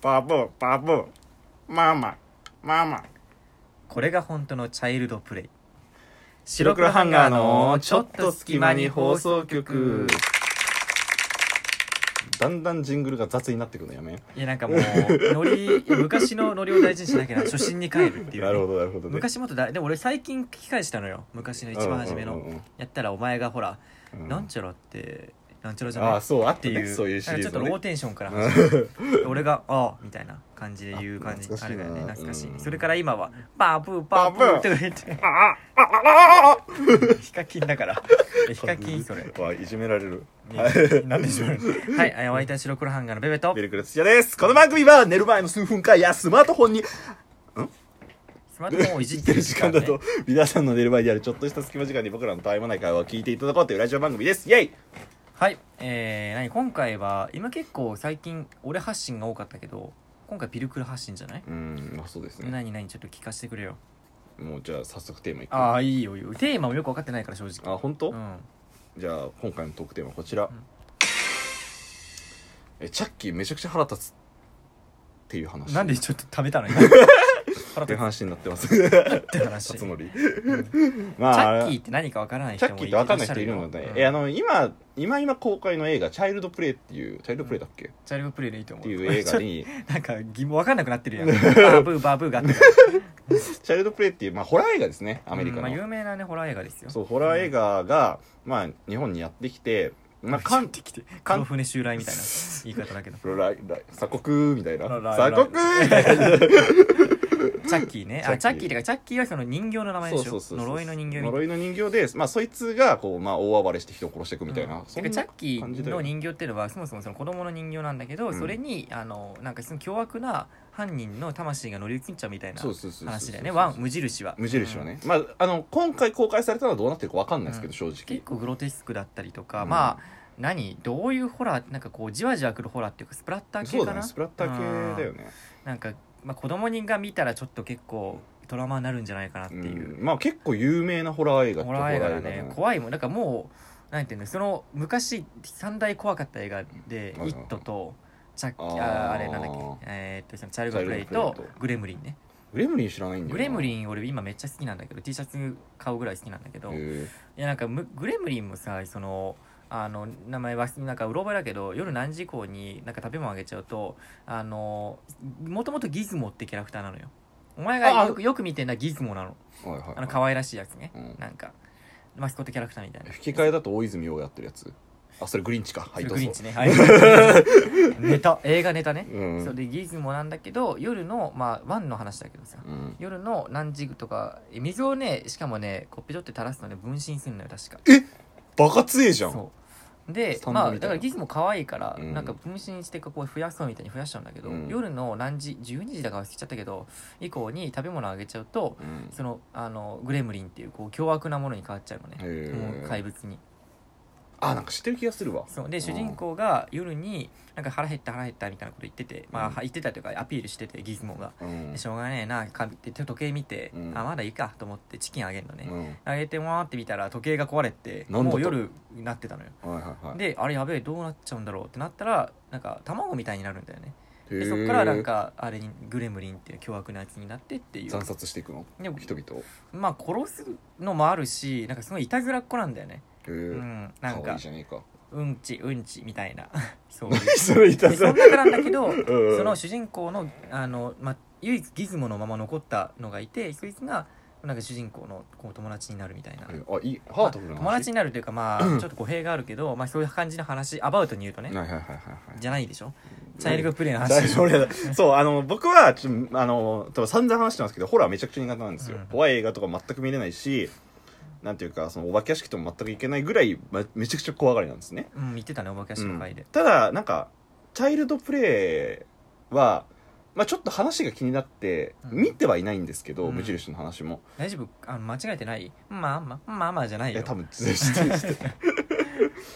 バブーバブーママママこれが本当のチャイルドプレイ白黒ハンガーのちょっと隙間に放送局だんだんジングルが雑になってくるのやめいやなんかもうノリ昔のノリを大事にしなきゃな初心に帰るっていうなるほどなるほどね昔もっとだでも俺最近聞き返したのよ昔の一番初めの、うんうんうんやったらお前がほら、うんなんちゃらってなんちゃらじゃないああそうあっったていう,、ねそういうシリーズちょっとローねテンションから始める俺が「ああ」みたいな感じで言う感じあ懐あかしるいかならね懐かしい、うんそれから今は「バーブーバーブー」バとか言 ってああああああヒカキンだから ヒカキンそれ、ねあいじめられるなんでしょうね はいあお相手は白黒ハンガーのベベとベルクル土屋ですこの番組は寝る前の数分間やスマートフォンにスマートフォンをいじっっててるる時時間、間ね、だと皆さんの寝る前にあるちょっとした隙間時間に僕らのたわいもない会話を聞いていただこうというラジオ番組ですイェイはいえー、何今回は今結構最近俺発信が多かったけど今回ピルクル発信じゃない、うんまあそうですね何何ちょっと聞かせてくれよもうじゃあ早速テーマいくあああいいよいいよテーマもよく分かってないから正直本当、うんじゃあ今回のトークテーマはこちら、えチャッキーめちゃくちゃ腹立つっていう話なんでちょっと食べ たの今腹って立つ話になってます って話辰則チまャあッキーって何かわからないチ人ャッキもーって分かんない人いるのらっしゃで、よえあの今今今公開の映画「チャイルドプレイ」っていうチャイルドプレイだっけ、チャイルドプレイでいいと思っうていう映画 になんか疑問わかんなくなっ てるやんバーブーバーブーがあってからチャイルドプレイっていう、まあ、ホラー映画ですねアメリカの、うんまあ、有名なねホラー映画ですよそうホラー映画が、まあ、日本にやってきて、まあ、韓てきてかん黒船襲来みたいな言い方だけどチ来来鎖国みたいな来鎖国みたいなャッキーねあ チチャャッッキーキーってかチャッキーはその人形の名前でしょそうそうそうそう呪いの人形みたいな呪いの人形で、まあ、そいつがこう、まあ、大暴れして人を殺していくみたいな、うんそんなてかチャッキ感じーだのよね人形っていうのはそもそもその子供の人形なんだけど、うんそれにあのなんかその凶悪な犯人の魂が乗り移っちゃうみたいなそうそうそうそう話だよねワン無印は無印はね、まあ、あの今回公開されたのはどうなってるかわかんないですけど、うん正うん結直構グロテスクだったりとか、うんまあ何どういうホラーなんかこうじわじわくるホラーっていうかスプラッター系そうかだねなスプラッター系だよねね、なんか、まあ、子供人が見たらちょっと結構トラウマになるんじゃないかなってうんいう、まあ結構有名なホラー映画っちホゃラー映画だねホラー映怖いもんなんかもうなんていうのその昔三大怖かった映画で「イはいはいット!」と「チャッキー」あーああれなんだっけえーっとそのチャイルドプレイチャイルドとプレイグレムリンねグレムリン知らないんだよグレムンリン俺今めっちゃ好きなんだけど T シャツ買うぐらい好きなんだけど、いえやなんかむグレムリンもさそのあの名前はなんかうろ覚えだけど夜何時以降になんか食べ物あげちゃうとあのもともとギズモってキャラクターなのよお前がよくよく見てんのはギズモなのはいはいはいあの可愛らしいやつね、うんなんかマスコットキャラクターみたいな吹き替えだと大泉洋やってるやつあそれグリンチかはいどうグリぞンチね、はい、 ネタ映画ネタね、うんそうでギズモなんだけど夜のまあワンの話だけどさ、うん夜の何時とかえ水をねしかもねこうペチョって垂らすとね分身するのよ確かバカ強えじゃんそうでスタンドまあみたいなだからギズモ可愛いから、うんなんか分身してこう増やそうみたいに増やしちゃうんだけど、うん夜の何時12時だから忘れちゃったけど以降に食べ物あげちゃうとうんそのあのグレムリンっていうこう凶悪なものに変わっちゃうのね、へーもう怪物にあなんか知ってる気がするわそうでうん主人公が夜になんか腹減った腹減ったみたいなこと言ってて、まあうん言ってたというかアピールしててギズモが、うんでしょうがねえなかって時計見て、うんあまだいいかと思ってチキンあげるのね、うんあげてもらってみたら時計が壊れてなんだもとう夜になってたのよはいはいはいであれやべえどうなっちゃうんだろうってなったらなんか卵みたいになるんだよねへでーそっからなんかあれにグレムリンっていう凶悪なやつになってっていう惨殺していくのでも人々をまあ殺すのもあるしなんかすごいいたずらっ子なんだよねへうえんなかんわいかいじゃねえ かうんちうんちみたいな そういう何それいたでずそらんなからだけど、んその主人公のあの、ま、唯一ギズモのまま残ったのがいてそいつがなんか主人公のこう友達になるみたいな、あいいハートフルな友達話になるというか まあちょっと語弊があるけど、まあ、そういう感じの話アバウトに言うとね、はいはいはいはいじゃないでしょチャイルドプレイの大話丈夫俺 そうあの僕はちょあの多分散々話してますけどホラーめちゃくちゃ苦手なんですよ、うん怖い映化とか全く見れないしなんていうかそのお化け屋敷とも全くいけないぐらい、まめちゃくちゃ怖がりなんですね、うん言ってたねお化け屋敷の会でうん、ただなんかチャイルドプレイは、まあ、ちょっと話が気になって、うん見てはいないんですけど、うん無印の話も大丈夫あの間違えてないまあまあまあまあじゃないいよや多分全然してないしてない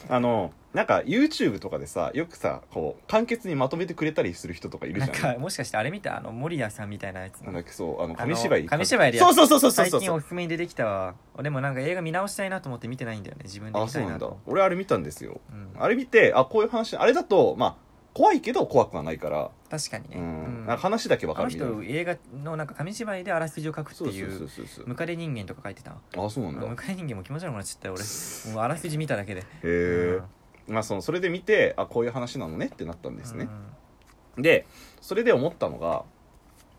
あのなんか YouTube とかでさよくさこう簡潔にまとめてくれたりする人とかいるじなゃんかもしかしてあれ見たあの森谷さんみたいなやつなんだっけそうあのの紙芝居紙芝居でやそうそうそうそうそう最そう近おすすめに出てきたわ俺もなんか映画見直したいなと思って見てないんだよね自分であ見そたういななんだと俺あれ見たんですようんあれ見てあこういう話あれだとまあ怖いけど怖くはないから、確かにね、ううんんなんか話だけわあかのるみたいな人映画のなんか紙芝居であらすじを書くってそういそううそうそうそうムカデ人間とか書いてたあそうなんだムへカデ人間も気持ち悪くなっちゃったよ俺もうあら すじ見ただけでえ、まあ、そのそれで見てあこういう話なのねってなったんうんですねう、んでそれで思ったのが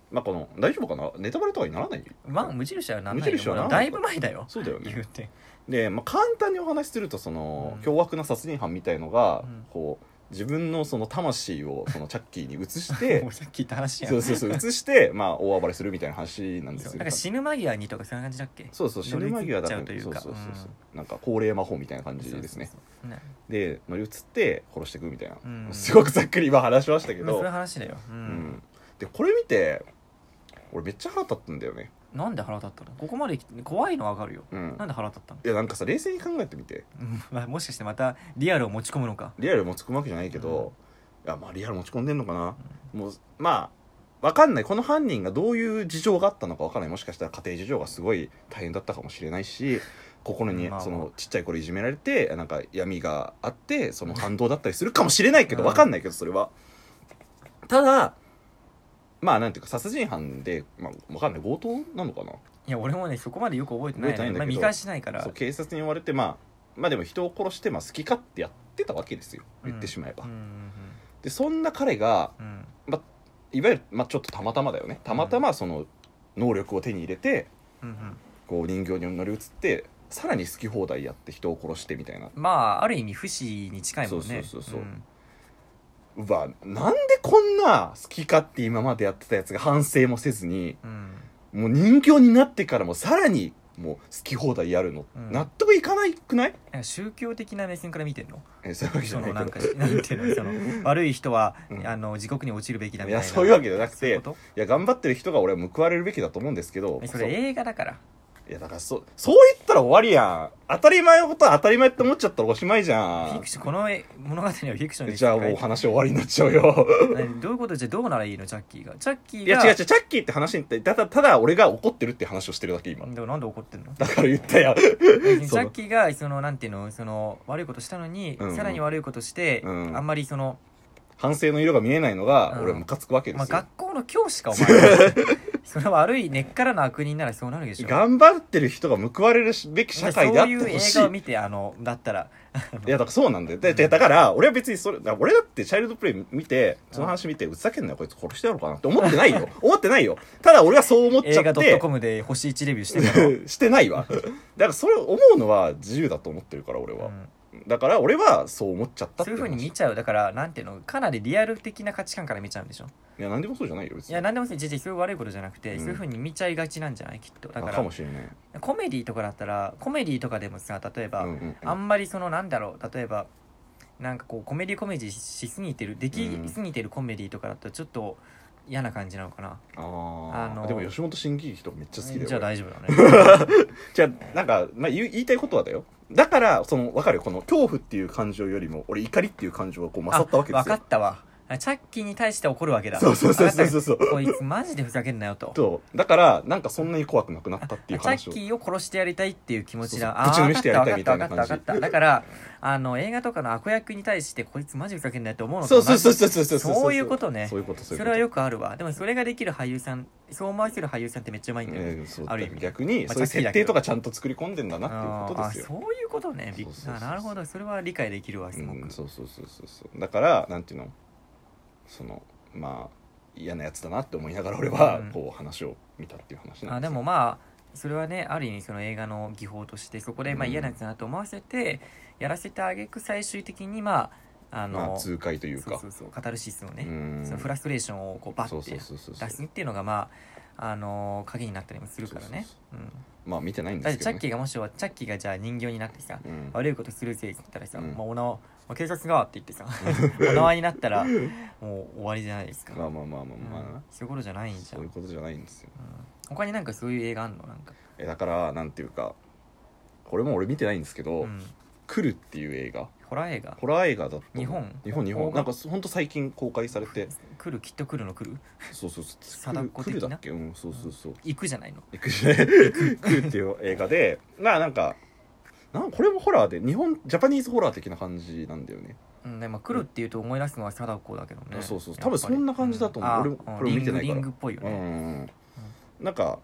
まあこの大丈夫かなネタバレとかにならないまあ無印はなんない無印よはなもんうなだいいぶ前だよそうだよね言うてで、まあ、簡単にお話しするとその、うん凶悪な殺人犯みたいのが、うんこう自分のその魂をそのチャッキーに移しも てうさっき言った話やんそうそうそう移して、まあ、大暴れするみたいな話なんですそようなんか死ぬ間際にとかそんな感じだっけそうそう死ぬ間際だ乗りけ移っちゃそううというかそうそうそう、なんか高齢魔法みたいな感じですねそうそうそうねで乗り移って殺していくみたいな、うんすごくざっくり今話しましたけまあど、そういう話だよううんん、でこれ見て俺めっちゃ腹立ったんだよねなんで腹立ったのここまで来て怖いのはわかるようんなんで腹立ったの いやなんかさ冷静に考えてみてうんまあもしかしてまたリアルを持ち込むのかリアル持ち込むわけじゃないけど、いやまあリアル持ち込んでんのかな、もうまあわかんないこの犯人がどういう事情があったのかわかんないもしかしたら家庭事情がすごい大変だったかもしれないし心にまあそのちっちゃい頃いじめられてなんか闇があってその反動だったりするかもしれないけどうんわかんないけどそれはただまあなんていうか殺人犯で、まあ、わかんない強盗なのかないや俺もねそこまでよく覚えてない,、覚えてないんだまあ、けど見返しないからそう警察に追われてまあまあでも人を殺して、まあ、好き勝手やってたわけですよ言ってしまえば、うんうんでそんな彼がうんうんいわゆる、まあ、ちょっとたまたまだよねたまたまその能力を手に入れてうんうんこう人形に乗り移ってさらに好き放題やって人を殺してみたいなまあある意味不死に近いもんねそうそうそうそうんうわなんでこんな好き勝手今までやってたやつが反省もせずにうんもう人形になってからもさらにもう好き放題やるの、うん納得いかないくないなんか宗教的な目線から見てんのえそういうわけじそゃなのいなんけかどなんていうのその 悪い人は、うんあの地獄に落ちるべきだみいやたいなそういうわけじゃなくそういうてこといや頑張ってる人が俺は報われるべきだと思うんですけどえそれ映画だからいやだからそそう言ったら終わりやん当たり前のことは当たり前って思っちゃったらおしまいじフゃィんクションこの絵物語はフィクションにじゃあもうお話終わりになっちゃう よ何どういうことじゃあどうならいいのジャッキーがジャッキーがいや違う違うチャッキーって話にただただ俺が怒ってるって話をしてるだけ今でもなんで 怒ってんのだから言ったやんジャッキーがそのなんていうのその悪いことしたのに、うんさらに悪いことして、うんあんまりその、反省の色が見えないのがうん俺はムカつくわけでまあ、すよ、学校の教師か お前その悪い根っからの悪人ならそうなるでしょ頑張ってる人が報われるべき社会であってそういうほ映しい画を見てあのだったらいやだからそうなんだよででうんだから俺は別にそれだから俺だってチャイルドプレイ見てその話見てうつざけんなよこいつ殺してやろうかなって思ってないよ思ってないよただ俺はそう思っちゃ映って画 .com で星1レビューしてるから、う んしてないわだからそれを思うのは自由だと思ってるから俺 は、だから俺はそう思っちゃったっそてういうふうに話見ちゃうだからなんていうのかなりリアル的な価値観から見ちゃうんでしょいや何でもそうじゃないよ別いにや何でもそうじじそういう悪いことじゃなくて、うんそういうふうに見ちゃいがちなんじゃないきっとだかあからもしれない、コメディとかだったらコメディとかでもさ例えば、うんうんうんあんまりそのなんだろう例えばなんかこうコメディコメディしすぎてるできうんすぎてるコメディとかだとちょっと嫌な感じなのかな、ああーのでも吉本新喜劇とかめっちゃ好きだよじゃあ俺大丈夫 だねじゃあなんか、まあ、言う言いたいことはだよだからその分かるよこの恐怖っていう感情よりも俺怒りっていう感情がこう勝ったわけで分すかよったわチャッキーに対して怒るわけだそうそうそうそうそううそうこいつマジでふざけんなよとそうだからなんかそんなに怖くなくなったってチいャう話ッをキーを殺してやりたいっていう気持ちだそうそうあーぶちのめしてやりたいみたいな分かった分かった分かっただからあの映画とかの悪役に対してこいつマジふざけんなよって思うのとそ同うじそうそうそうそうそうそういうことねそういうことそういうことそれはよくあるわでもそれができる俳優さんそう思わせる俳優さんってめっちゃうまいんだよね、えーそうある意味逆にまあそういうチャッキ設ーだけ定どとかちゃんと作り込んでんだなっていうことあですよーあそういうことねびそうそうそうそうあなるほどそれは理解できるわすごく、うん、そうそうそうそうそうだからなんていうのそのまあ嫌なやつだなって思いながら俺はうんこう話を見たっていう話なあんでですもまあそれはねある意味その映画の技法としてそこでまあうん嫌なやつだなと思わせて、やらせてあげく最終的にまあああの、まあ痛快というそうかそうそうカタルシスをね、うんそのフラストレーションをこうバそッうそてうそうそう出すっていうのがまああの鍵になったりもするからねそううんまあ見てないんだでっすてけど、ねチャッ、キーがもしはチャッキーがじゃあ人形になってさ、うん悪いことするぜって言ったらさ、うんもうおなわまあ警察がって言ってさ お縄になったらもう終わりじゃないですかまあまあまあまあまあ、うんそういうことじゃないんじゃそん、うう、いうんことじゃないんですよ他になんかそういう映画あんのなんか、えだからなんていうかこれも俺見てないんですけど「うん、来る」っていう映画ホラー映画ホラー映画だと思う日本日本日邦本画なんかほんと最近公開されて来るきっと来るの来るそうそうそう貞子来る来る的だなっけうんそうそうそう行くじゃないの行くね「来る」っていう映画でまあなんかなんこれもホラーで日本ジャパニーズホラー的な感じなんだよねうんねまあ、黒っていうと思い出すのは貞子だけどねそうそうそうやっぱり多分そんな感じだと思うあ俺もこれ見てないからリングリングっぽいようね、んなんか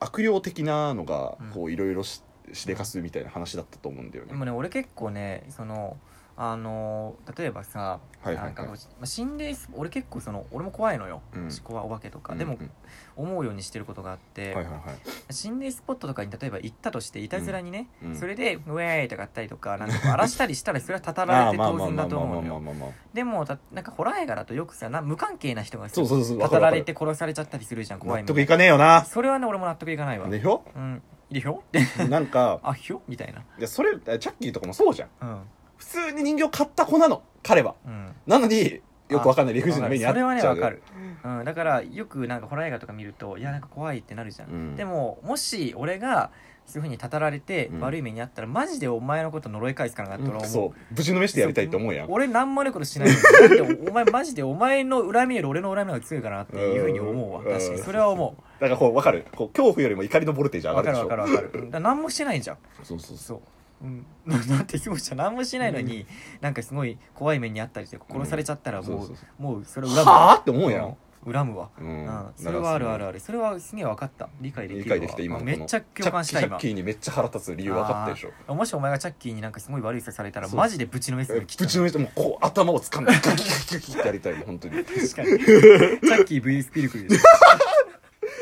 悪霊的なのがこういろいろししでかすみたいな話だったと思うんだよねでもね俺結構ねそのあの例えばさ、はいはいはいなんかこうまあ、心霊ス俺結構その俺も怖いのよ、うん怖いお化けとか、うんでもうん思うようにしてることがあって、はいはいはい心霊スポットとかに例えば行ったとしていたずらにね、うんうんそれで「ウェーイ!」とかあったりとかなんかこう荒らしたりしたらそれはたたられて当然だと思うの まあよまあまあまあまあまあまあでもたなんかホラー映画だとよくさな無関係な人がさそうそうそうたわかたるわらかれるて殺されちゃったりするじゃん怖納いみ得いたかねえよなそれはね俺も納得いかないわ、でしょうんいるよってなんかあひょみたいないやそれチャッキーとかもそうじゃんうん普通に人形買った子なの彼はうんなのによくわかんない理不尽な目にあっそちれはねゃうわかる、うん、だからよくなんかホラー映画とか見るといやなんか怖いってなるじゃん、うんでももし俺がそういうふうにたたられてうん悪い目にあったら、マジでお前のこと呪い返すからなって俺は思う、そうぶちのめしてやりたいって思うやん俺何も悪いことしないのにだってお前マジでお前の恨みより俺の恨みの方が強いかなっていうふうに思うわうん確かにそれは思だからこうわかるこう恐怖よりも怒りのボルテージう上わがかるでしるょわかるわかるうんだから何もしてないじゃんそうそうそうそううん、 だってそうじゃん何もしないのに、なんかすごい怖い目にあったりして殺されちゃったらもう,、そうそうそもうそれう恨むはあって思うやんうん恨むわうんうんそれはあるあるあるそれはすげえ分かった理解できる理解できた今のうんこめのっちゃ共感したチャッ今キーにめっちゃ腹立つ理由分かったでしょもしお前がチャッキーになんかすごい悪いさされたらそうマジでぶちのめすえぐぶ切っちちゃのうめしてもうこう頭を掴んでガキガキガキってやりたい本当に確かにチャッキー VS ピルクルでし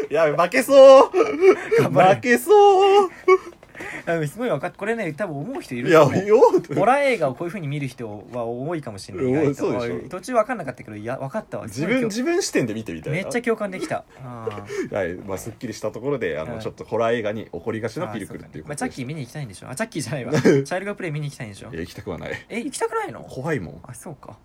ょいや負けそう頑張れ負けそううんすごい分かったこれね多分思う人いいるやとよ思うホーラー映画をこういうふうに見る人は多いかもしれないうん意外とそうでしょ途中分かんなかったけどいや分かったわ自分す自分視点で見てみたごいいめなっちゃ共感できたはいまあすっきりしたところであはのいちょっとホラー映画に起こりがちなピルクルっていうまこあチとャッでキしー見に行き たいんでしょあチャッキーじゃないわチャイルドプレイ見に行きたいんでしょたいや行きたくはないえ行きたくないの怖いもんあそうか